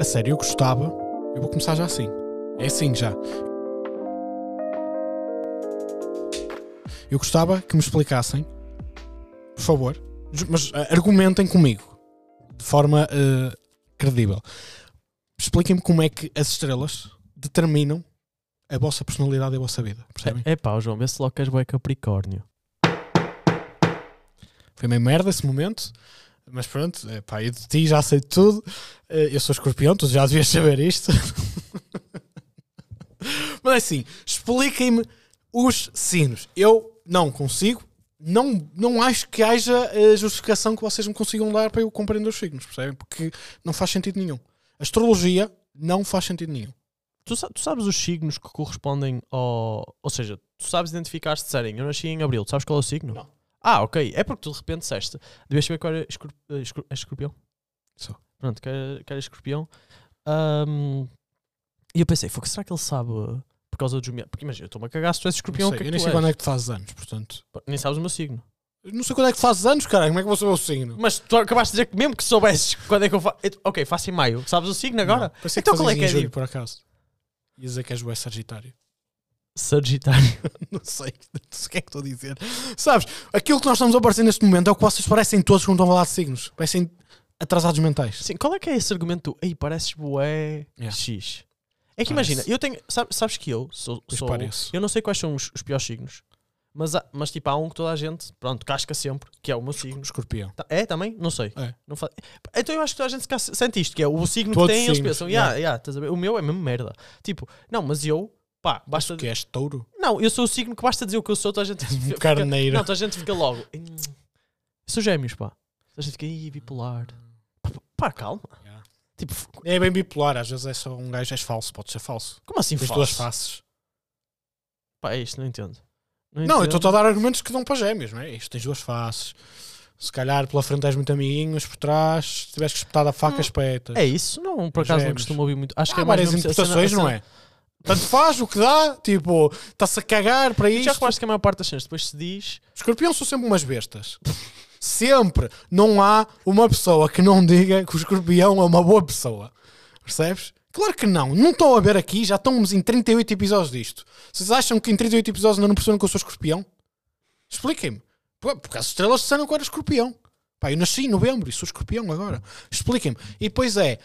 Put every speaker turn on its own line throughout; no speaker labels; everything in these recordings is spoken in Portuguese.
A sério, eu gostava. Eu vou começar já assim. É assim já. Eu gostava que me explicassem, por favor, ju- mas ah, argumentem comigo de forma ah, credível. Expliquem-me como é que as estrelas determinam a vossa personalidade e a vossa vida. Percebem?
É pá, João, vê se logo que és bué Capricórnio.
Foi meio merda esse momento, mas pronto, eh, pá, eu de ti já sei tudo. Eh, Eu sou escorpião, tu já devias saber isto. mas é assim, expliquem-me os sinos. Eu não consigo, não, não acho que haja eh, justificação que vocês me consigam dar para eu compreender os signos, percebem? Porque não faz sentido nenhum. A astrologia não faz sentido nenhum.
Tu, sa- tu sabes os signos que correspondem ao. Ou seja, tu sabes identificar se disserem eu nasci em abril, tu sabes qual é o signo?
Não.
Ah, ok. É porque tu de repente disseste. Devias saber qual era escorp... eh, escor- és escorpião?
Sou.
Pronto, que era, que era escorpião. Ahm, E eu pensei, "Fogo, será que ele sabe eh, por causa dos meus. Porque imagina, eu estou-me a cagar se tu és escorpião,
Não sei,
o que
eu
é que
nem
tu
sei
és?
quando é que tu fazes anos, portanto.
Nem sabes o meu signo.
Eu Não sei quando é que tu fazes anos, caralho, como é que eu vou saber o signo?
Mas tu acabaste de dizer que mesmo que soubesses quando é que eu faço. Ok, faço em maio. Sabes o signo agora?
Não, pensei
Então qual
fazias
é que
em
é,
julho,
Diego?
por acaso. Ia dizer que és bué sagitário.
Sagitário.
Não sei, não sei o que é que estou a dizer. Sabes, aquilo que nós estamos a aparecer neste momento é o que vocês parecem todos quando estão a falar de signos. Parecem atrasados mentais.
Sim, qual é que é esse argumento? Ei, pareces boé
Yeah.
X. É que
Parece.
imagina, eu tenho. sabe- sabes que eu sou.
Pois
sou-
pareço.
eu não sei quais são os, os piores signos, mas, há- mas tipo, há um que toda a gente, pronto, casca sempre, que é o meu signo.
Um Escorpião.
Ta- É também? Não sei.
É.
Não fa- Então eu acho que toda a gente se ca- sente isto, que é o signo
Todos
que tem, eles
signos,
pensam, yeah, yeah, estás a ver? o meu é mesmo merda. Tipo, não, mas eu, pá, basta.
Que és touro?
Não, eu sou o signo que basta dizer o que eu sou, toda a
Um
gente. fica-
carneiro.
Não, toda a gente fica logo. "Hum, Sou gêmeos, pá. Toda a gente fica, ih, bipolar. Pá, pá, pá, calma.
Yeah.
Tipo, f-
É bem bipolar, às vezes é só um gajo, és falso, pode ser falso.
como assim
Tens
falso?
duas faces.
Pá, é isto, não entendo.
Não, eu
entendo.
estou a dar argumentos que dão para gêmeos, não é? Isto tens duas faces. Se calhar pela frente és muito amiguinhos, por trás, se tiveres que espetar a faca,
Hum,
espeta.
É isso? Não, por acaso não
Gêmeos.
costumo ouvir muito. Acho que
Há
é mais
várias
mesmo- a cena-
Ah, interpretações,
a
não
cena-
é? Tanto faz o que dá, tipo, está-se a cagar para
Já
isto.
reparaste que a maior parte das cenas depois se diz.
Escorpiões são sempre umas bestas. Sempre não há uma pessoa que não diga que o escorpião é uma boa pessoa. Percebes? Claro que não. Não estão a ver aqui, já estamos em 38 episódios disto. Vocês acham que em 38 episódios ainda não perceberam que eu sou escorpião? Expliquem-me. Pô, Porque as estrelas disseram que eu era escorpião. Pá, eu nasci em novembro e sou escorpião agora. Expliquem-me. E depois é,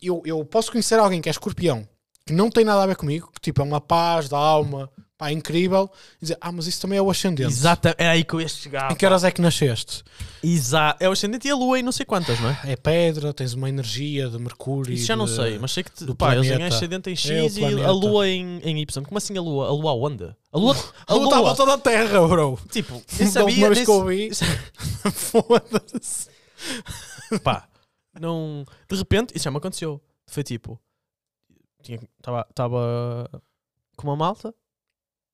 eu, eu posso conhecer alguém que é escorpião que não tem nada a ver comigo, que tipo é uma paz da alma, pá, incrível, e dizer, ah, mas isso também é o ascendente.
Exatamente, era aí que eu ia
Em
chegar.
que horas é que nasceste?
Exa é o ascendente e a lua e não sei quantas, não é?
É pedra, tens uma energia de Mercúrio.
Isso já não
de-
sei, mas sei que te,
do
pá, eles em
planeta.
ascendente em
É o
X e a
planeta.
lua em, em Y. Como assim a lua? A lua onde? A lua. A
A luta à
lua.
volta da Terra, bro.
Tipo,
Da
nem
última
sabia.
vez
nem
que eu
sa-
ouvi. Foda-se.
pá, não. De repente, isso já me aconteceu. Foi tipo, estava com uma malta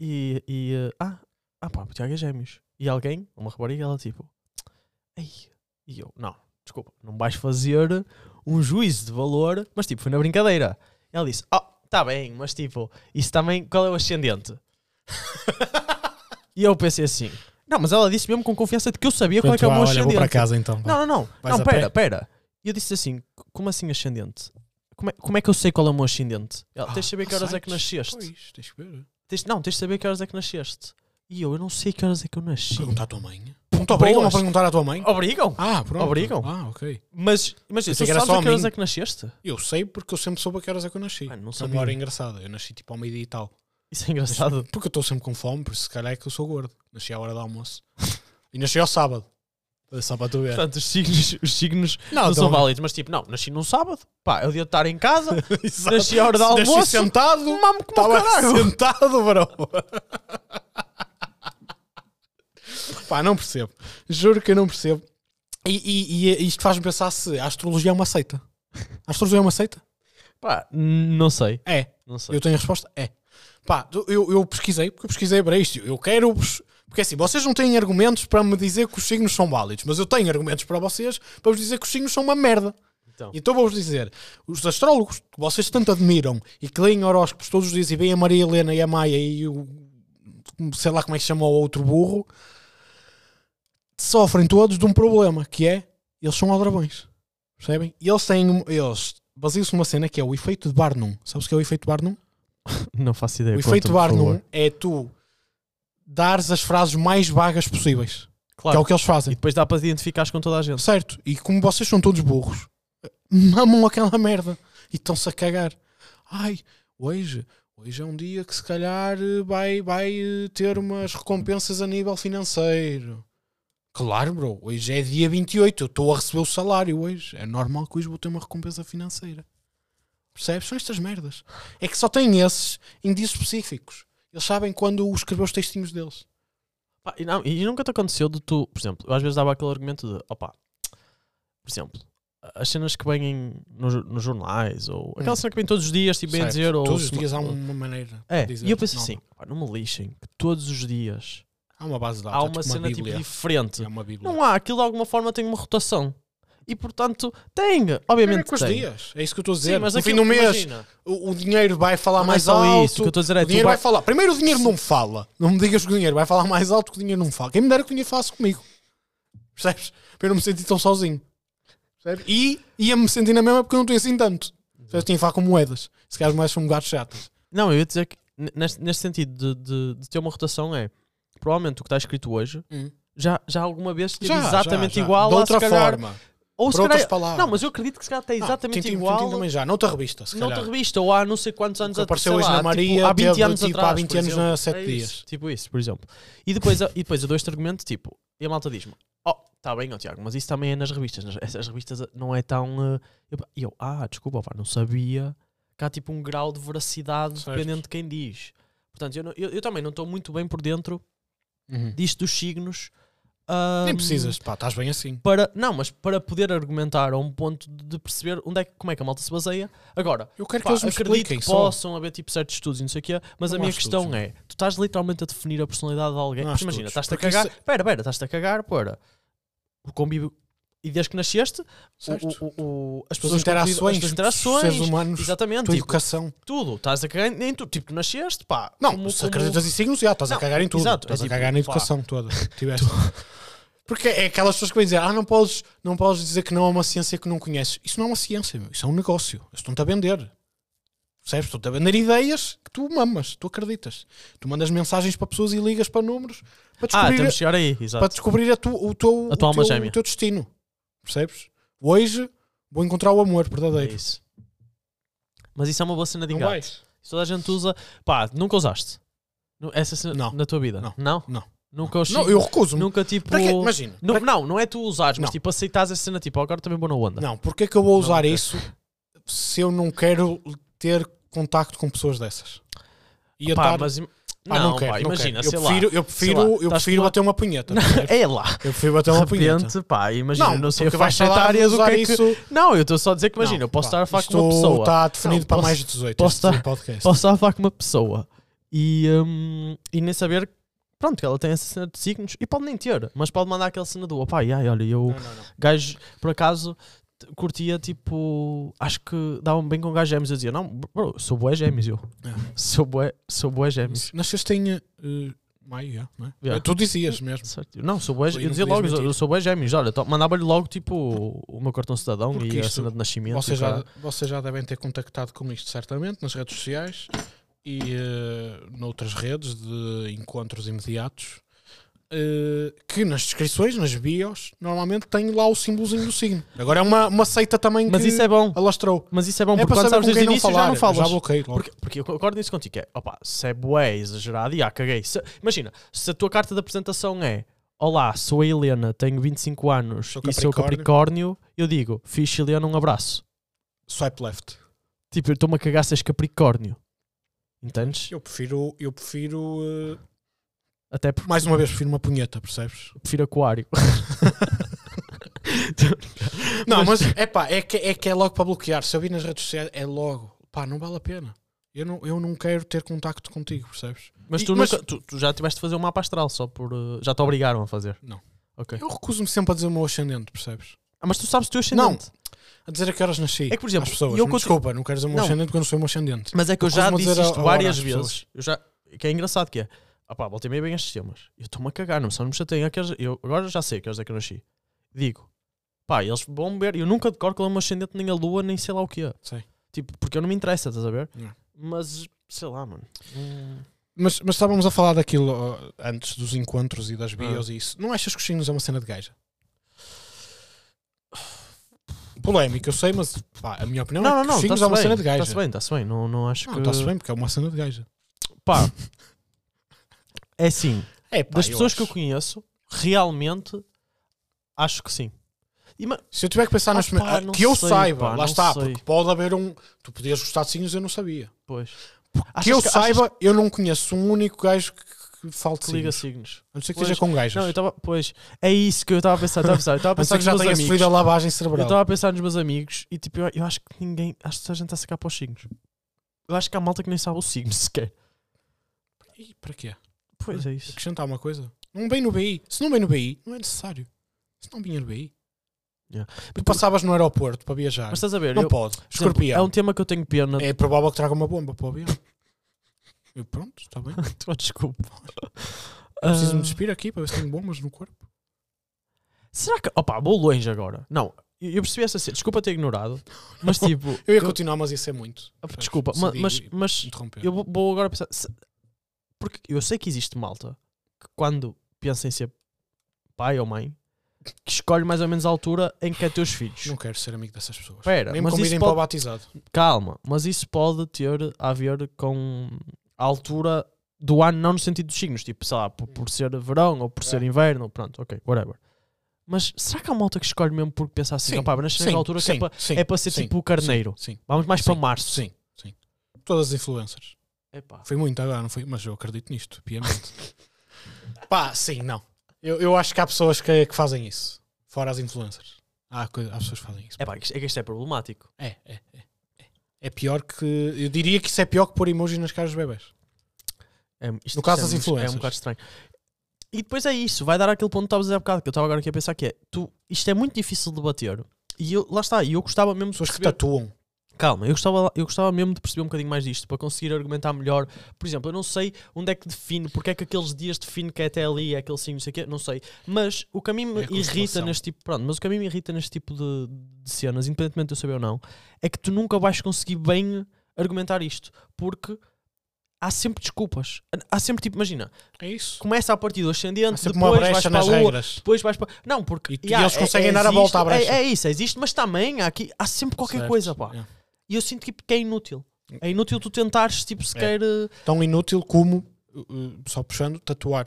e. e, eh, ah, ah, pá, o Tiago é gêmeos. E alguém, uma rapariga, ela tipo, ei, e eu, não, desculpa, não vais fazer um juízo de valor, mas tipo, foi na brincadeira. E ela disse, oh, tá bem, mas tipo, isso também, qual é o ascendente? e eu pensei assim, não, mas ela disse mesmo com confiança de que eu sabia qual é que é o meu
olha, vou
ascendente.
para casa então. vá.
Não, não, não.
Vais
não,
a pé?
pera, pera. E eu disse assim: "C- como assim ascendente? Como é, como é que eu sei qual é o meu ascendente? Ela,
Ah,
tens de saber que
há
horas é que
sites?
nasceste.
Pois, tens que ver.
Tens- não, tens de saber que horas é que nasceste. E eu, eu não sei que horas é que eu nasci.
Pergunta à tua mãe. Não te obrigam a
Boas.
perguntar à tua mãe?
Obrigam?
Ah, pronto.
Obrigam.
Ah, ok.
Mas, mas tu
Pensei que era
sabes
só
a
a
que horas
mim.
é que nasceste?
Eu sei porque eu sempre soube a que horas é que eu nasci.
Mano, Ah, não
Isso é uma
sabia.
hora engraçada. Eu nasci tipo ao meio-dia e tal.
Isso é engraçado.
Porque eu estou sempre com fome, por isso se calhar é que eu sou gordo. Nasci à hora do almoço. E nasci ao sábado. Só para tu ver.
Portanto, os signos, os signos não,
É. então-
são válidos, mas tipo, não, nasci num sábado, pá, é o dia de estar em casa,
Exato.
nasci à hora do
Nasci
almoço,
sentado.
mamo como o
Estava
caralho.
sentado, bro. Pá, não percebo. Juro que eu não percebo. E, e- e isto faz-me pensar se a astrologia é uma seita. A astrologia é uma seita?
Pá, n- não sei,
É.
não sei.
Eu tenho a resposta? É. Pá, eu, eu pesquisei, porque eu pesquisei para isto. Eu quero-vos. Porque assim, vocês não têm argumentos para me dizer que os signos são válidos, mas eu tenho argumentos para vocês para vos dizer que os signos são uma merda.
Então.
Então vou-vos dizer: os astrólogos que vocês tanto admiram e que leem horóscopos todos os dias e veem a Maria Helena e a Maia e o. sei lá como é que se chama o outro burro, sofrem todos de um problema que é eles são aldrabões. Percebem? E Eles têm, eles baseia-se numa cena que é o efeito de Barnum. Sabes o que é o efeito de Barnum?
Não faço ideia.
o
conta-me,
efeito
por
Barnum
favor.
é tu dares as frases mais vagas possíveis, que
Claro.
é o que eles
E
fazem.
depois dá para identificares com toda a gente.
Certo, e como vocês são todos burros, mamam aquela merda e estão-se a cagar. Ai, hoje, hoje é um dia que se calhar eh, vai, vai eh, ter umas recompensas a nível financeiro. Claro, bro, hoje é dia 28, eu estou a receber o salário hoje. É normal que hoje vou ter uma recompensa financeira. Percebes? São estas merdas. É que só têm esses indícios específicos. Eles sabem quando escrever os textinhos deles.
Pá, e, não, e nunca te aconteceu de tu, por exemplo, eu às vezes dava aquele argumento de, opá, por exemplo, as cenas que vêm em- nos, nos jornais, ou aquela
Hum.
cena que vem todos os dias, tipo, bem a
Certo.
dizer, ou...
Todos os
sema-
dias há uma maneira. de
É,
dizer.
e eu penso
Não,
assim, pá, não me lixem, que todos os dias
Há uma base de dados.
há
é
uma
tipo
cena tipo
bíblia.
diferente.
É uma bíblia.
Não há, aquilo de alguma forma tem uma rotação. E portanto, tem, obviamente
com os
tem.
dias. É isso que eu estou a
Sim,
dizer.
mas
no fim
aquilo-
do mês,
imagina,
o, o dinheiro vai falar
não é
mais
só
alto.
isso, o que eu estou a dizer é,
o
tu
dinheiro
vai-
vai falar. Primeiro, o dinheiro não fala. Não me digas que o dinheiro vai falar mais alto que o dinheiro não fala. Quem me dera que o dinheiro falasse comigo. Percebes? Para eu não me sentir tão sozinho. Percebes? E ia-me sentir na mesma porque eu não tenho assim tanto. Percebes? Tinha que falar com moedas. Se calhar as moedas são um gato chato.
Não, eu ia dizer que n- neste, neste sentido de, de- de ter uma rotação é provavelmente o que está escrito hoje
Hum.
já, já alguma vez esteve
Já,
Tipo, exatamente
já, já.
igual
De
a,
outra
se calhar-
forma.
ou se
Por outras Ah,
calhar-
palavras.
Não, mas eu acredito que se calhar está exatamente
Tintim,
igual
Tintim também já. Noutra revista, se
noutra
calhar.
revista ou há não sei quantos anos
que
atrás.
apareceu
sei
hoje
lá,
na Maria,
tipo, há 20
teve,
anos
tipo, há
atrás.
20
por
anos na
exemplo.
Sete
É isso,
Dias.
Tipo isso, por exemplo. E depois, e depois eu dou este argumento tipo, e a malta diz-me: Oh, está bem, ó Tiago, mas isso também é nas revistas. nas- essas revistas não é tão. eh, eu- E eu, ah, desculpa, pá, não sabia que há tipo um grau de veracidade
Certo.
dependente de quem diz. Portanto, eu, não- eu, eu também não estou muito bem por dentro
Uhum.
disto dos signos.
Nem
ahm,
precisas, pá, estás bem assim.
Para, não, mas para poder argumentar a um ponto de de perceber onde é, que- como é que a malta se baseia. Agora,
Eu quero
Pá,
que eles me
acredito
expliquem
que
só.
possam haver tipo certos estudos e não sei o quê, mas
Não
a
há
minha
estudos,
questão
não.
é: tu estás literalmente a definir a personalidade de alguém.
Não há
Mas imagina,
estudos,
estás-te a
porque
cagar.
isso- é-
Pera, pera, estás-te a cagar para o convívio. E desde que nasceste, o-
Certo.
o- o- as
As pessoas
pessoas convivem-
interações,
as tuas
os
interações,
seres humanos,
exatamente,
tua
tipo,
educação.
tudo. Estás a cagar em tudo. Tipo, tu nasceste, pá.
Não,
como-
se
como-
acreditas em signos, já, estás a
Não,
cagar em tudo.
exato,
estás
é tipo,
a cagar na
pá.
educação toda. que tiveste. Porque é aquelas pessoas que vêm dizer, ah, não podes, não podes dizer que não é uma ciência que não conheces. Isso não é uma ciência, meu. isso é um negócio. Eles estão-te a vender. Percebes? Estão-te a vender ideias que tu mamas, tu acreditas. Tu mandas mensagens para pessoas e ligas para números para
Ah,
descobrir,
temos que chegar aí,
para
exato.
descobrir a tu, o, teu,
A tua
o,
alma
teu,
gêmea.
o teu destino. Percebes? Hoje vou encontrar o amor
É
verdadeiro.
isso. Mas isso é uma boa cena de
não
gato.
vais?
Se toda a gente usa. Pá, nunca usaste? Nu- Essa cena
Não.
na tua vida?
Não.
Não?
Não.
Nunca usei.
Não, eu recuso-me.
Nunca tipo.
Para quê? Imagina.
Nu- Não, não é tu usares, mas
Não.
tipo aceitas essa cena tipo, agora também vou na onda.
Não, porque é que eu vou usar
quero.
isso se eu não quero ter contacto com pessoas dessas? E
Pá,
estar-
mas im-
pá,
não,
não quero,
pá,
não
imagina,
quero.
sei
eu prefiro,
lá.
Eu prefiro,
lá,
eu
estás
prefiro
lá-
bater uma punheta. percebes?
É lá.
Eu prefiro bater
De
uma punheta.
repente, pá, imagina,
Não,
não, sei o
porque
que vais
vais falar
sentar
de
e o que
usar
é que...
isso.
Não, eu estou só a dizer que imagina,
Não,
eu posso
pá,
estar a falar com
isto
uma pessoa.
Está definido
Não,
para
posso-
mais de 18.
posso
este
estar-
podcast.
Posso estar a falar com uma pessoa e, hum, e nem saber, pronto, que ela tem essa cena de signos e pode nem ter, mas pode mandar aquela cena do opá, e ai, olha, eu.
Não, não, não.
gajo, por acaso, t- curtia tipo. Acho que davam bem com gajo gêmeos. Eu dizia, não, bro, sou boé gêmeos. Eu
É.
sou boé, sou boé gêmeos.
Nasceste em eh, maio, já, não é?
Já.
Tu dizias mesmo.
Certo? Eu, Não, sou boé,
Pô, e
eu
não
dizia
podias
logo, eu- eu
mentir.
sou boé gêmeos. Olha, to- mandava-lhe logo tipo o meu cartão cidadão
Porque
e a
isto-
cena de nascimento.
Vocês
e
já,
caralho.
vocês já devem ter contactado com isto, certamente, nas redes sociais e eh, noutras redes de encontros imediatos. eh, que nas descrições, nas bios, normalmente tem lá o símbolozinho do signo. Agora é uma, uma seita também
Mas
que
isso é bom.
alastrou.
Mas isso é bom,
é
porque
para saber
quando sabes
com
desde
quem
o
não
início
falar.
já não
eu
falas.
Já bloqueei logo.
Porque, porque eu concordo nisso contigo, que é, opa, se é bué exagerado, e ah, caguei. Se- imagina, se a tua carta de apresentação é Olá, sou a Helena, tenho 25 anos
Sou
e sou Capricórnio, eu digo, fixe Helena, um abraço.
Swipe left.
Tipo, eu estou-me a cagar se és Capricórnio. Entendes?
Eu prefiro, eu prefiro eh,
Até porque
mais uma vez, prefiro uma punheta, percebes?
prefiro Aquário.
Não, mas é pá, é que, é que é logo para bloquear. Se eu vi nas redes sociais, é logo. Pá, não vale a pena. Eu não, eu não quero ter contacto contigo, percebes?
Mas,
E-
tu,
mas-
nunca- tu- tu já tiveste de fazer um mapa astral só por. uh, já te obrigaram a fazer?
Não.
Ok.
Eu recuso-me sempre a dizer o meu ascendente, percebes?
Ah, mas tu sabes o teu ascendente.
A dizer a que horas nasci.
É que, por exemplo,
às pessoas.
eu
Me
continuo-
Desculpa, não quero dizer o meu
Não.
ascendente porque eu não sou o meu ascendente.
Mas é que eu
Eu
já
costumo
disse
dizer a-
isto
a hora
várias
às
vezes.
pessoas.
Eu já, que é engraçado que é. Ah pá, voltei meio bem estes temas. Eu estou-me a cagar, não me só não me chateiem. é que horas- Eu agora já sei que horas é que eu nasci. Digo, Pá, eles vão ver. Eu nunca decoro qual é o meu ascendente, nem a lua, nem sei lá o que é.
Sei.
Tipo, porque eu não me interessa, estás a ver?
Yeah.
Mas, sei lá, mano. Hum,
Mas, mas estávamos a falar daquilo ó, antes dos encontros e das
Ah.
bios e isso. Não achas que os signos é uma cena de gaja? Polémico, eu sei, mas pá, a minha opinião
Não,
é
não,
que
não.
os signos
Está-se
é uma
bem,
cena de gaja.
está-se bem, está-se bem. Não, não acho
Não,
que.
está-se bem porque é uma cena de gaja.
Pá. é assim.
É, pá,
das pessoas
acho.
que eu conheço, realmente acho que sim. E, ma-
Se eu tiver que pensar nas
Ah,
prime-
pá,
ah,
não
que eu
sei,
saiba,
pá,
lá
não
está,
sei.
porque pode haver um. Tu podias gostar de signos, eu não sabia.
pois.
que
Achas
eu
achas
saiba, eu não conheço um único gajo que, que fale de
que liga
signos.
signos.
A não ser que
Pois.
esteja com gajas.
Não, eu estava. Pois. É isso que eu estava a pensar. Estava a pensar. Eu estava a
a não ser
pensar
que já
nos
tenha
meus amigos. Então-
sofrido a lavagem
Eu
cerebral.
estava a pensar nos meus amigos e tipo, eu, eu acho que ninguém. Acho que toda a gente está a sacar para os signos. Eu acho que há malta que nem sabe o signo sequer.
Ih, para quê?
Pois é isso.
Acrescentar uma coisa? Não vem no BI. Se não vem no BI, não é necessário. Se não vinha no BI.
Yeah.
Tu passavas no aeroporto para viajar.
Mas estás a ver?
não
eu-
pode.
por exemplo,
Escorpião.
É um tema que eu tenho pena.
É provável que traga uma bomba para o avião. Eu, pronto, está bem.
Oh, Desculpa.
Eu preciso me
Ah,
despir aqui para ver se tenho bombas no corpo.
Será que. Opa, vou longe agora. Não, eu eu percebi essa cena. Desculpa ter ignorado. Mas tipo.
Eu ia continuar, mas ia ser muito.
eu- Desculpa,
Sabia
ma- mas,
que ia
mas
Interromper.
eu vou- vou agora pensar. se- Porque eu sei que existe malta que quando pensa em ser pai ou mãe, que escolhe mais ou menos a altura em que é teus filhos.
Não quero ser amigo dessas pessoas.
Espera,
Nem me
mas
convidem
isso
para o
pode-
batizado.
Calma, mas isso pode ter a ver com a altura do ano, não no sentido dos signos, tipo, sei lá, por, por ser verão ou por ser
É.
inverno, pronto, ok, whatever. Mas será que há malta que escolhe mesmo porque pensa assim,
Sim,
opá, mas
sim,
nesta altura que é
sim,
para,
sim,
é para ser
sim,
tipo o carneiro,
Sim,
vamos mais para
sim,
março.
sim, sim. Todas as influencers.
Epá.
Foi muito agora, não foi? Mas eu acredito nisto, piamente. Pá, sim, não. Eu, eu acho que há pessoas que, que fazem isso. Fora as influencers. Há, coi- há pessoas que fazem isso.
Epá, é que isto é problemático.
É, é, é. é. É pior que. Eu diria que isso é pior que pôr emoji nas caras dos bebés.
É, isto-
No caso
isto
das
é muito- É
influencers.
um bocado estranho. E depois é isso, vai dar aquele ponto que estavas a dizer há bocado, que eu estava agora aqui a pensar que é, tu, isto é muito difícil de debater. E eu, lá está, e eu gostava mesmo de
Pessoas que
perceber-
tatuam.
Calma, eu gostava, eu gostava mesmo de perceber um bocadinho mais disto, para conseguir argumentar melhor. Por exemplo, eu não sei onde é que define, porque é que aqueles dias define que é até ali, é aquele sim, não sei o quê, não sei. Mas o que a mim me
É a
irrita
constelação.
neste tipo, pronto, mas o que a mim me irrita neste tipo de, de cenas, independentemente de eu saber ou não, é que tu nunca vais conseguir bem argumentar isto, porque há sempre desculpas. Há sempre tipo, imagina,
É isso.
começa a partir do ascendente,
Há sempre
depois
uma
vais
brecha
para a
nas
lua,
regras.
depois vais para. Não, porque. é,
E tu- e eles conseguem dar a
existe-
volta à brecha.
É, é isso, existe, mas também há aqui há sempre qualquer
Certo.
coisa, pá.
É.
E eu sinto tipo, que é inútil. É inútil tu tentares, tipo,
É.
sequer. eh,
Tão inútil como, uh, uh, só puxando, tatuar.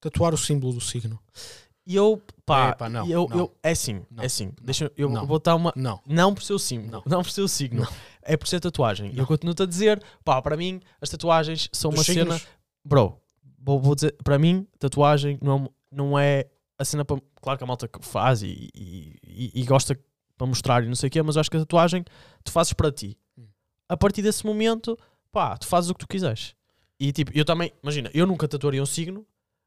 Tatuar o símbolo do signo.
E eu, pá,
É, pá, não,
eu,
não.
eu- é assim,
Não,
é assim.
não,
Deixa eu
não.
vou dar uma.
Não.
Não por seu signo,
Não.
não, por seu signo.
Não.
É por ser tatuagem. E
Não.
eu continuo-te a dizer, pá, para mim, as tatuagens são
Dos
uma
signos?
cena. Bro, vou, vou dizer, para mim, tatuagem não, não é a cena para. Claro que a malta que faz e, e- e- e gosta para mostrar e não sei o quê, mas eu acho que a tatuagem tu fazes para ti.
Hum.
A partir desse momento, pá, tu fazes o que tu quiseres. E tipo, eu também, imagina, eu nunca tatuaria um signo,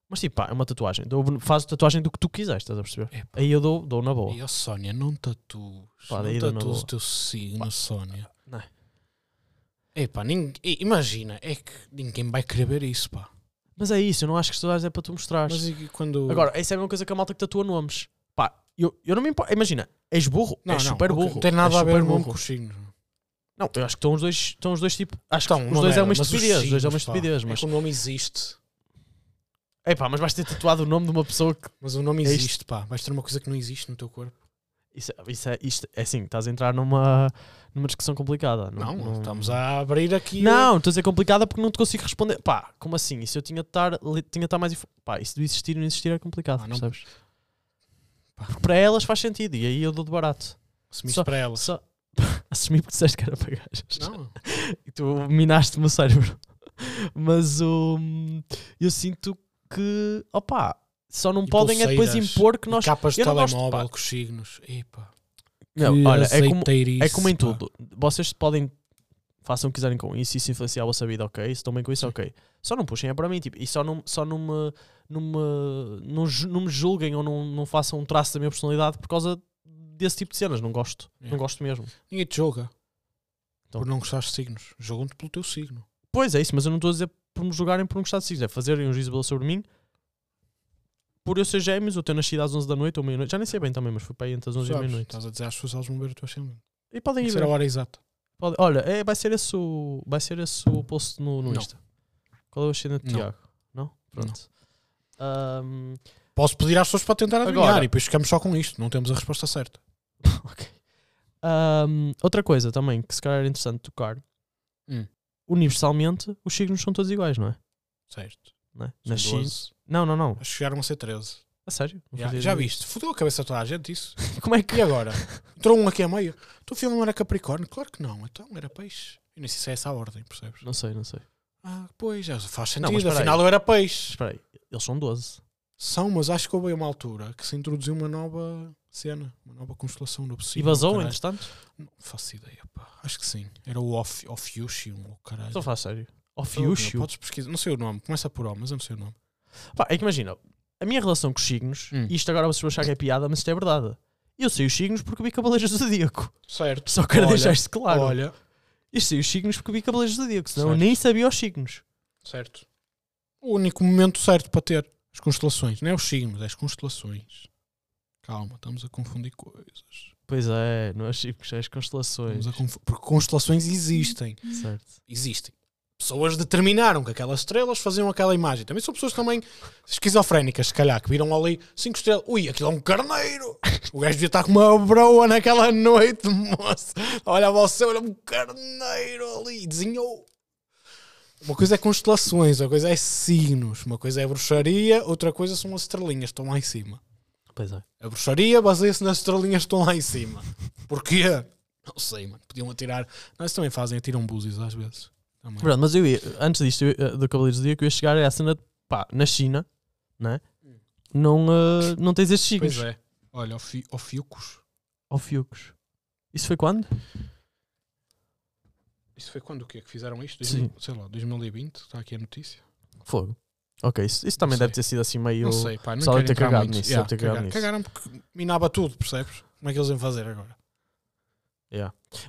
mas tipo, pá, é uma tatuagem. Dou, faz tatuagem do que tu quiseres, estás a perceber?
Epá.
Aí eu dou, dou na boa.
E ó, Sónia, não tatuas.
Pá,
não
daí dou na
tatuas o
boa.
teu signo, Sónia.
Não. é.
Epá, ninguém, imagina, é que ninguém vai querer ver isso, pá.
Mas é isso, eu não acho que as tatuagens é para tu mostrares.
Mas e quando.
Agora, essa é a mesma coisa que a malta que tatua nomes. Pá, eu, eu não me importo. Imagina, és burro,
não,
és
não,
é super burro.
Não tem nada
és
a ver
super
mesmo
burro.
com os signos.
Não, eu acho que estão os dois, estão os dois tipo. Acho
Estão,
que os dois é
merda,
uma
mas os
estupidez. Os dois é uma
signos, pá,
estupidez,
é
mas.
que o nome existe.
É pá, mas vais ter tatuado o nome de uma pessoa que.
Mas o nome
É isto.
existe, pá. Vais ter uma coisa que não existe no teu corpo.
Isso, é- isso é, isto, é assim, estás a entrar numa, numa discussão complicada. é?
Não, estamos a abrir aqui.
Não, estou a dizer complicada porque não te consigo responder. Pá, como assim? Isso eu tinha de estar, li- tinha de estar mais. info- Pá, isso de existir e não existir é complicado,
Ah, não-
percebes?
Pá.
Porque para elas faz sentido e aí eu dou de barato.
Assumiste
Só-
para ela.
Só assumi porque disseste que era para gajas.
Não.
E tu minaste o meu cérebro. Mas hum, eu sinto que, opá, só não
E
podem é depois
pulseiras,
impor que
E
nós.
Capas de
eu não gosto,
telemóvel
pá.
com os signos. Epá.
Não,
que
olha, é como,
azeiteirice,
é como em
pá.
tudo. Vocês podem, façam o que quiserem com isso, isso influenciar a vossa vida, ok? Se estão bem com isso, ok. Só não puxem, é para mim, tipo, e só não, só não me, não me, não, ju- não me julguem ou não, não façam um traço da minha personalidade por causa desse tipo de cenas. Não gosto,
Yeah.
não gosto mesmo.
Ninguém te julga.
Então.
Por não gostares de signos. Jogam-te pelo teu signo.
Pois é isso, mas eu não estou a dizer por me julgarem por um gostar de signos, é fazerem um juízo de valor sobre mim por eu ser gêmeos, ou ter nascido às 11 da noite ou meia-noite, já nem sei bem também, mas foi para aí entre as 11 e
Sabes,
meia-noite.
Estás a dizer às pessoas, elas vão ver o teu ascendente.
E podem ir
Isso era
ver.
a hora exata.
Pode- olha, é, vai ser esse o, vai ser esse o post no, no
Não.
Insta. Qual é o ascendente de
Não.
Tiago? Não? Pronto. Ahm,
Posso pedir às pessoas para tentar adivinhar
Agora.
e depois ficamos só com isto. Não temos a resposta certa.
ok. Ahm, outra coisa também que se calhar era interessante tocar.
Hum.
Universalmente, os signos são todos iguais, não é?
Certo.
Não, é?
São
Nasci-
12.
não, não, não.
Acho que Chegaram a ser 13.
A sério? Não
Já,
fazia
já
ideia.
viste? Fudeu a cabeça de toda a gente isso.
Como é que.
E agora? Entrou um aqui a meio. Tu filho não era Capricórnio? Claro que não. Então era peixe. Eu nem sei se é essa a ordem, percebes?
Não sei, não sei.
Ah, pois, já faz
Não, mas
sentido.
espera aí.
Afinal eu era peixe.
Espera aí, eles são 12.
São, mas acho que houve aí uma altura que se introduziu uma nova cena, uma nova constelação do
E
possível.
vazou,
caralho.
entretanto?
Não faço ideia, pá. Acho que sim. Era o Off- Ophiuchium, o caralho.
Estou a falar sério.
Não,
Ophiuchio.
Podes pesquisar. Não sei o nome. Começa por O, mas eu não sei o nome.
Pá, é que imagina, a minha relação com os signos,
Hum.
e isto agora vocês vão achar que é piada, mas isto é verdade. Eu sei os signos porque vi Cavaleiros do Zodíaco.
Certo.
Só quero
Olha,
deixar isto claro.
Olha.
Eu sei os signos porque vi Cavaleiros do Zodíaco, senão
Certo.
eu nem sabia os signos.
Certo. O único momento certo para ter as constelações. Não é os signos, é as constelações. Calma, estamos a confundir coisas.
Pois é, não é os signos, é as constelações.
Estamos a confu- Porque constelações existem.
Certo.
Existem. Pessoas determinaram que aquelas estrelas faziam aquela imagem. Também são pessoas também esquizofrénicas, se calhar, que viram ali cinco estrelas. Ui, aquilo é um carneiro! O gajo devia estar com uma broa naquela noite, moço. Olha você, olha um carneiro ali. E Desenhou. Uma coisa é constelações, outra coisa é signos, uma coisa é bruxaria, outra coisa são as estrelinhas que estão lá em cima.
Pois é.
A bruxaria baseia-se nas estrelinhas que estão lá em cima. Porquê? Não sei, mano. Podiam atirar. Nós também fazem, atiram búzios às vezes. Também.
Pronto, mas eu ia, antes disto eu ia- do Cavaleiros do Zodíaco, eu ia chegar a essa na, pá, na China, não é? Não, eh, não tens estes signos.
Pois é. Olha, ofi- Ofiucos.
Ofiucos. Isso foi quando?
Isso foi quando o quê? Que fizeram isto?
Sim.
2000, sei lá, 2020? Está aqui a notícia.
Fogo. Ok, isso, isso também
sei.
deve ter sido assim meio.
Não sei, pá. Não
só
quero
deve ter
entrar
cagado
muito.
nisso,
Yeah,
deve ter cagado
cagaram,
nisso.
cagaram porque minava tudo, percebes? Como é que eles iam fazer agora?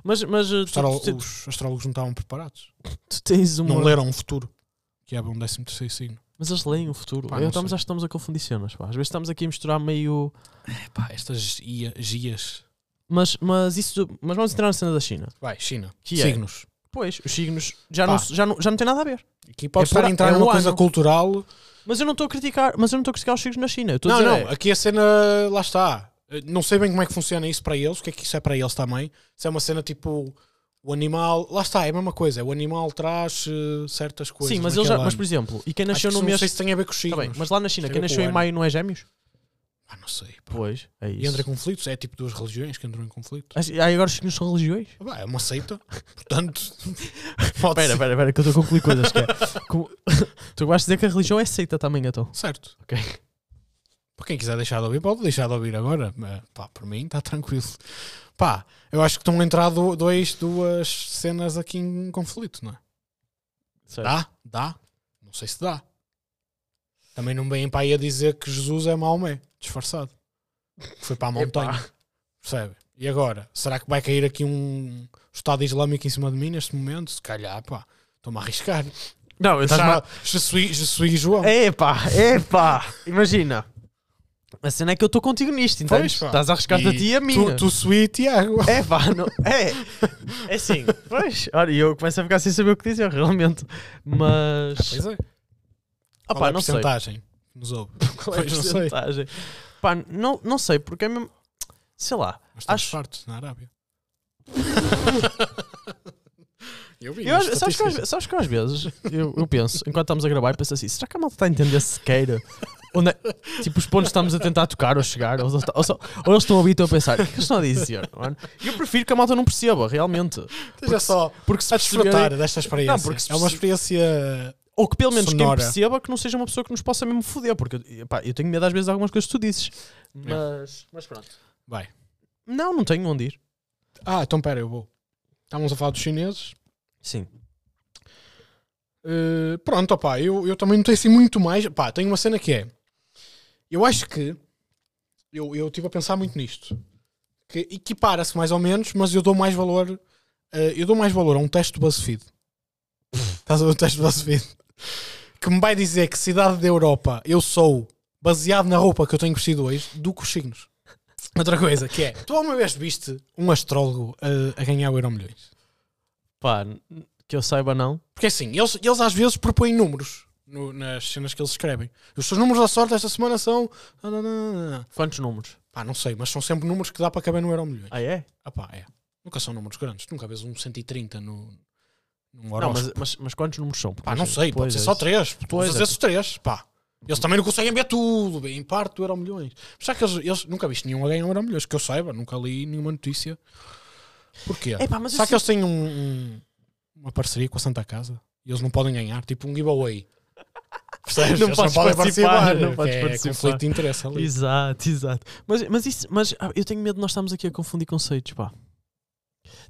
Mas, mas eh,
Os,
tu-
astro-
tu-
os astrólogos não estavam preparados.
tu tens uma.
Não leram o futuro. Que é um 13 terceiro signo.
Mas eles leem o futuro.
Pá,
Eu
não
estamos,
sei.
acho que estamos a confundir cenas. Pá. Às vezes estamos aqui a misturar meio.
Pá, estas ia- gias.
Mas, mas isso. Mas vamos entrar na cena da China.
Vai, China.
Que é?
Signos.
Pois, os signos já,
Pá.
não, se- já, não, já não tem nada a ver.
Aqui pode
É
estar
para-
a entrar
é
numa
o
coisa
ano.
cultural.
Mas eu não estou a criticar. Mas eu não estou a criticar os signos na China. Eu estou a
Não,
dizer.
não,
é,
aqui a cena, lá está. Eh, Não sei bem como é que funciona isso para eles, o que é que isso é para eles também. Se é uma cena tipo o animal, lá está, é a mesma coisa. O animal traz eh, certas coisas.
sim, mas eles já.
naquele
Mas
ano.
por exemplo, e quem
Acho que
nasceu
isso
no
não
mês.
sei se tem a ver com os
Tá
signos.
bem, mas lá na China,
Tem
quem
a ver com
nasceu
o
em
ano.
maio não é gêmeos?
Ah, não sei. pá.
Pois, é
E
isso.
entra em conflitos, é tipo duas religiões que entram em conflito.
Ah, e agora os signos são religiões?
Ah, pá, É uma seita, portanto. pode
Espera,
ser.
espera, espera, que eu estou a concluir coisas. Que é. Como- tu vais dizer que a religião é seita também, então.
Certo.
Ok.
Para quem quiser deixar de ouvir, pode deixar de ouvir agora. Mas, Pá, por mim está tranquilo. Pá, eu acho que estão a entrar do- dois, duas cenas aqui em conflito, não é? Dá? Dá? Não sei se dá. Também não vêm para aí a dizer que Jesus é Maomé, disfarçado. Que foi para a montanha. Percebe? E agora? Será que vai cair aqui um Estado Islâmico em cima de mim neste momento? Se calhar, pá. Estou-me a arriscar.
Não, eu estás-me a- É,
Já, já sui, já sui João.
Epá, epá, imagina. A cena é que eu estou contigo nisto, então
Pois, pá.
estás a arriscar-te a ti e a mim.
Tu, tu sui Tiago.
Epá, não, é, é assim, pois, olha, e eu começo a ficar sem saber o que dizer, realmente. Mas,
Pois é.
ah,
Qual é
pá,
a
não sei.
porcentagem que nos ouve?
Qual é a
Pois, não sei.
porcentagem? Pá, não, não sei, porque é mesmo, sei lá,
Nós estamos
Acho-
fartos na Arábia. eu vi.
eu,
nas
às- sabes, que, às
estatísticas.
ve- sabes que às vezes eu, eu penso, enquanto estamos a gravar, eu penso assim: será que a malta está a entender sequer onde é- tipo, os pontos que estamos a tentar tocar ou chegar? Ou, só- ou só- ou eles estão a ouvir e estão a pensar: o que é que eles estão a dizer? mano?" Eu prefiro que a malta não perceba, realmente.
Esteja só
Porque se
a desfrutar
perceberem,
desta experiência.
Não, porque se
é uma experiência
ou que pelo menos
sonora.
quem perceba que não seja uma pessoa que nos possa mesmo foder, porque epá, eu tenho medo às vezes de algumas coisas que tu dizes. Mas, mas pronto.
Vai.
Não, não tenho onde ir.
Ah, então pera, eu vou. Estávamos a falar dos chineses.
Sim.
Uh, pronto, opá, eu, eu também não tenho assim muito mais. Pá, tenho uma cena que é. Eu acho que. Eu eu estive a pensar muito nisto. Que equipara-se mais ou menos, mas eu dou mais valor. uh, eu dou mais valor a um teste do BuzzFeed. Estás a ver o teste do BuzzFeed? Que me vai dizer que cidade da Europa eu sou baseado na roupa que eu tenho vestido hoje, do que os signos. Outra coisa que é, tu alguma vez viste um astrólogo a, a ganhar o Euro Milhões?
Pá, n- que eu saiba não.
Porque assim, eles, eles às vezes propõem números no- nas cenas que eles escrevem. Os seus números da sorte esta semana são. ah,
Quantos números?
Pá, não sei, mas são sempre números que dá para caber no Euro Milhões.
Ah, é?
Ah, pá, é. Nunca são números grandes. Tu Nunca vês um 130 no. Num
Não,
horóscopo.
mas, mas, mas quantos números são?
Pá, não sei, pode
Pois
ser
é
só
isso.
três. Pois
Pois
às
é.
vezes três, pá. Eles também não conseguem ver tudo, bem, em parte do Euro Milhões. Mas já que eles, eles nunca viste nenhum a ganhar um Euro Milhões, que eu saiba, nunca li nenhuma notícia. Porquê?
É pá, mas
Será
eu
que eles têm um- um- uma parceria com a Santa Casa? E eles não podem ganhar? Tipo um giveaway. Percebes?
Não
Eles
podes
podem
participar, não
que
podes
é
participar.
conflito de interesse ali.
é Exato, exato. Mas, mas, isso, mas ah, eu tenho medo de nós estarmos aqui a confundir conceitos, pá.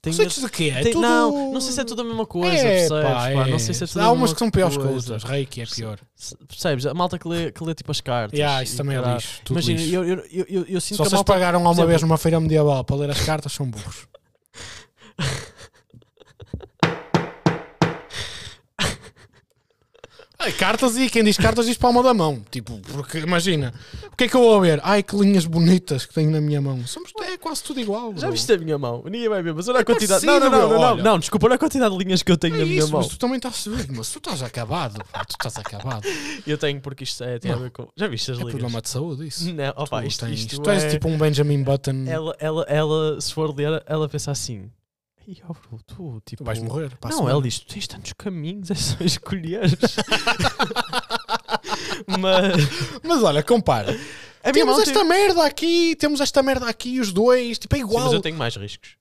Tenho
Conceitos de quê? É
medo- tenho-
tudo...
Não, não sei se é tudo a mesma coisa, percebes? pá, Não sei se é tudo a
Há umas
mesma
que são piores que
coisa.
outras. Reiki é pior.
Se- Percebes? A malta que lê, que lê tipo as cartas.
Yeah, isso
e
também é
caralho.
lixo. Tudo
Imagina,
lixo.
eu, eu, eu, eu, eu sinto
Se
que a
vocês
malta.
pagaram alguma
exemplo-
vez numa feira medieval para ler as cartas, são burros. Ai, cartas e quem diz cartas diz palma da mão. Tipo, porque imagina, o que é que eu vou ver? Ai, que linhas bonitas que tenho na minha mão. Somos, é quase tudo igual.
Já
bro.
viste a minha mão? Ninguém vai ver, mas olha a quantidade.
parecido,
Não, não,
meu,
não, não, não,
É olha.
não, desculpa, olha a quantidade de linhas que eu tenho
É
na minha
isso,
mão.
mas tu também estás subido, mas tu estás acabado. pá, tu estás acabado. É
Eu tenho porque isto é, tem
Ah,
a ver com. Já viste as linhas?
problema de saúde isso.
Não, opa,
tu,
isto,
tens-
isto
tu és
é...
tipo um Benjamin Button.
Ela, ela, ela, se for ler, ela pensa assim. Ei, ó, bro, tu,
Tu
tipo.
vais morrer. pá,
Não,
semana.
ela diz: tu tens tantos caminhos, é só escolher. mas.
Mas olha, compara.
A minha
temos
mão
esta
tem-
merda aqui, temos esta merda aqui, os dois, tipo, é
Sim,
igual.
mas eu
Está
tenho mais riscos.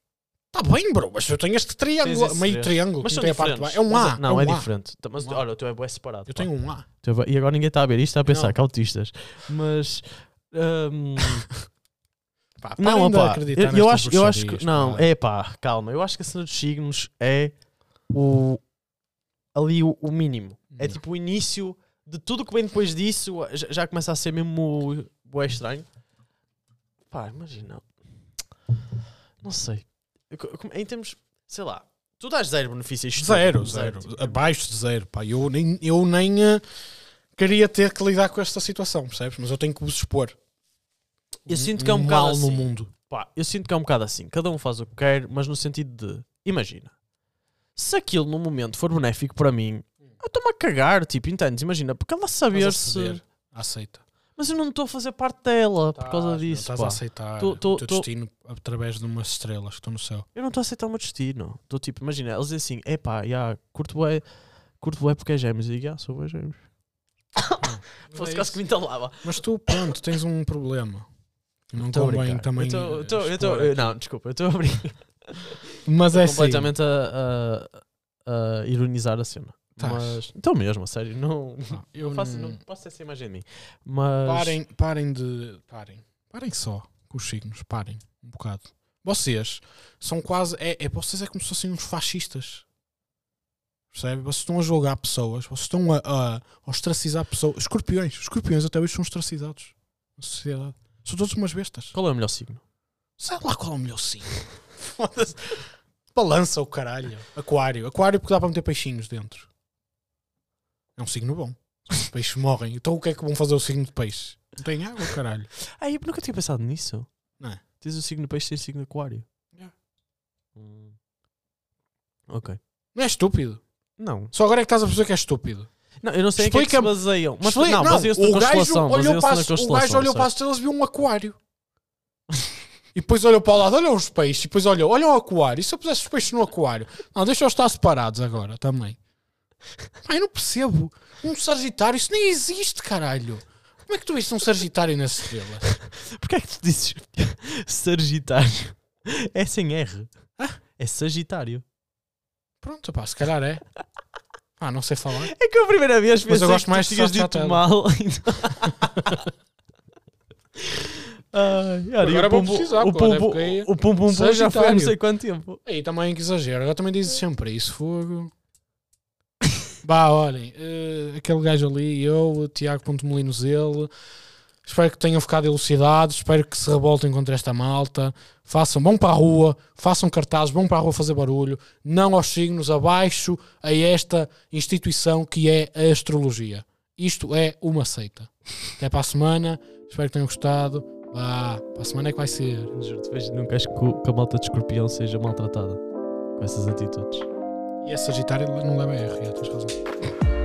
bem, bro, mas eu tenho este
Tens
triângulo,
esse
meio
três.
triângulo,
Mas
que
são
não tem a parte de
diferentes.
baixo. É um A,
Mas- Não,
é
é
um A.
diferente. Mas
Um A.
olha, tu é bué separado.
Eu
pá.
tenho um A.
Tu é bué- E agora ninguém está a ver isto, está a pensar
Não.
que autistas. Mas. hum,
Pá,
não,
parem de
opá,
acreditar
eu, eu
nestas
acho, eu acho que.
bruxarias,
Não,
pá.
é pá, calma. Eu acho que a cena dos signos é o. ali o, o mínimo. É
Não.
tipo o início de tudo que vem depois disso já, já começa a ser mesmo bué estranho. Pá, imagina. Não sei. Co- como- Em termos. sei lá. Tu dás zero benefícios. de
Zero,
tudo,
zero.
tipo,
Abaixo de zero, pá. Eu nem, eu nem eh, queria ter que lidar com esta situação, percebes? Mas eu tenho que vos expor.
Eu sinto que é um bocado
mal no
assim.
mundo.
Pá, eu sinto que é um bocado assim. Cada um faz o que quer, mas no sentido de. Imagina. Se aquilo no momento for benéfico para mim, eu estou-me a cagar, tipo, entendes? Imagina, porque ela
Estás a
saber se.
ceder. Aceita.
Mas eu não estou a fazer parte dela por causa
Estás, meu,
disso.
Estás
pá.
a aceitar
Tô- tô-
o teu
tô-
destino através de umas estrelas que estão no céu.
Eu não estou a aceitar o meu destino. Estou tipo, imagina, eles dizem assim: é pá, já, curto bué, curto bué porque é gêmeos. E digo, ah, sou bué gêmeos. Fosse
É
quase
isso.
que me então entalava.
Mas tu, pronto, tens um problema. Não
Estou a
convém
brincar.
Então também.
Eu tô- eu tô-
eh,
eu tô-
expor.
Não, desculpa, eu estou a brincar.
Mas é assim.
completamente a, a- a ironizar a cena.
Tás.
Mas. Então mesmo, a sério,
Não,
não.
Tá. eu
Não faço,
não-
não posso ter essa imagem de mim. Mas.
Parem, parem de. Parem. Parem só com os signos. Parem. Um bocado. Vocês são quase. É, é, vocês é como se fossem uns fascistas. Percebe? Vocês estão a julgar pessoas. Vocês estão a, a ostracizar pessoas. Escorpiões. Escorpiões até hoje são ostracizados. Na sociedade. São todos umas bestas.
Qual é o melhor signo?
Sei lá qual é o melhor signo. Foda-se. Balança o caralho. Aquário. Aquário porque dá para meter peixinhos dentro. É um signo bom. Os peixes morrem. Então o que é que vão fazer o signo de peixe? Não tem água, caralho.
Ah, eu nunca tinha pensado nisso.
Não é?
Tens o signo peixe, tens o signo aquário.
Yeah.
Hum. Ok.
Não é estúpido.
Não.
Só agora é que estás a perceber que é estúpido.
Não, eu não sei em que é que
Explica-me.
se baseiam. Mas
Explica-
não, baseiam-se na
o gajo
constelação.
olhou
baseiam-se
para
na
as- o gajo
constelação,
olhou para as
certo?
estrelas e viu um aquário. e depois olhou para o lado, olha os peixes. E depois olhou, olha o aquário. E se eu pusesse os peixes no aquário? Não, deixa-os estar separados agora também. Pai, eu não percebo. Um Sagitário, isso nem existe, caralho. Como é que tu viste um Sagitário nas estrelas?
Porquê é que tu dizes Sagitário? É sem R. É Sagitário.
Pronto, pá, se calhar é. Ah, não sei falar.
É que eu a primeira
Mas
vez
eu
pensei
gosto
que
mais
tu
de
tinhas
Sato
dito
Satela.
mal. então. Ai, olha,
Agora
e o
vou
Pum-
precisar,
o
porque olha,
Pum-
porque aí-
O Pum Pum Pum já foi há não
Sagitário.
sei quanto tempo.
Aí também que exagero. Agora também dizes sempre isso, fogo. Bah, olhem, eh, aquele gajo ali, eu, o Tiago Ponte Molinos, ele. Espero que tenham ficado elucidados. Espero que se revoltem contra esta malta. Façam, vão para a rua, façam cartazes, vão para a rua fazer barulho. Não aos signos, abaixo a esta instituição que é a astrologia. Isto é uma seita. Até para a semana. Espero que tenham gostado. Vá, para a semana é que vai ser.
Juro-te, mas não queres que, o- que a malta de escorpião seja maltratada com essas atitudes.
E a Sagitário não leva erro, já tens razão.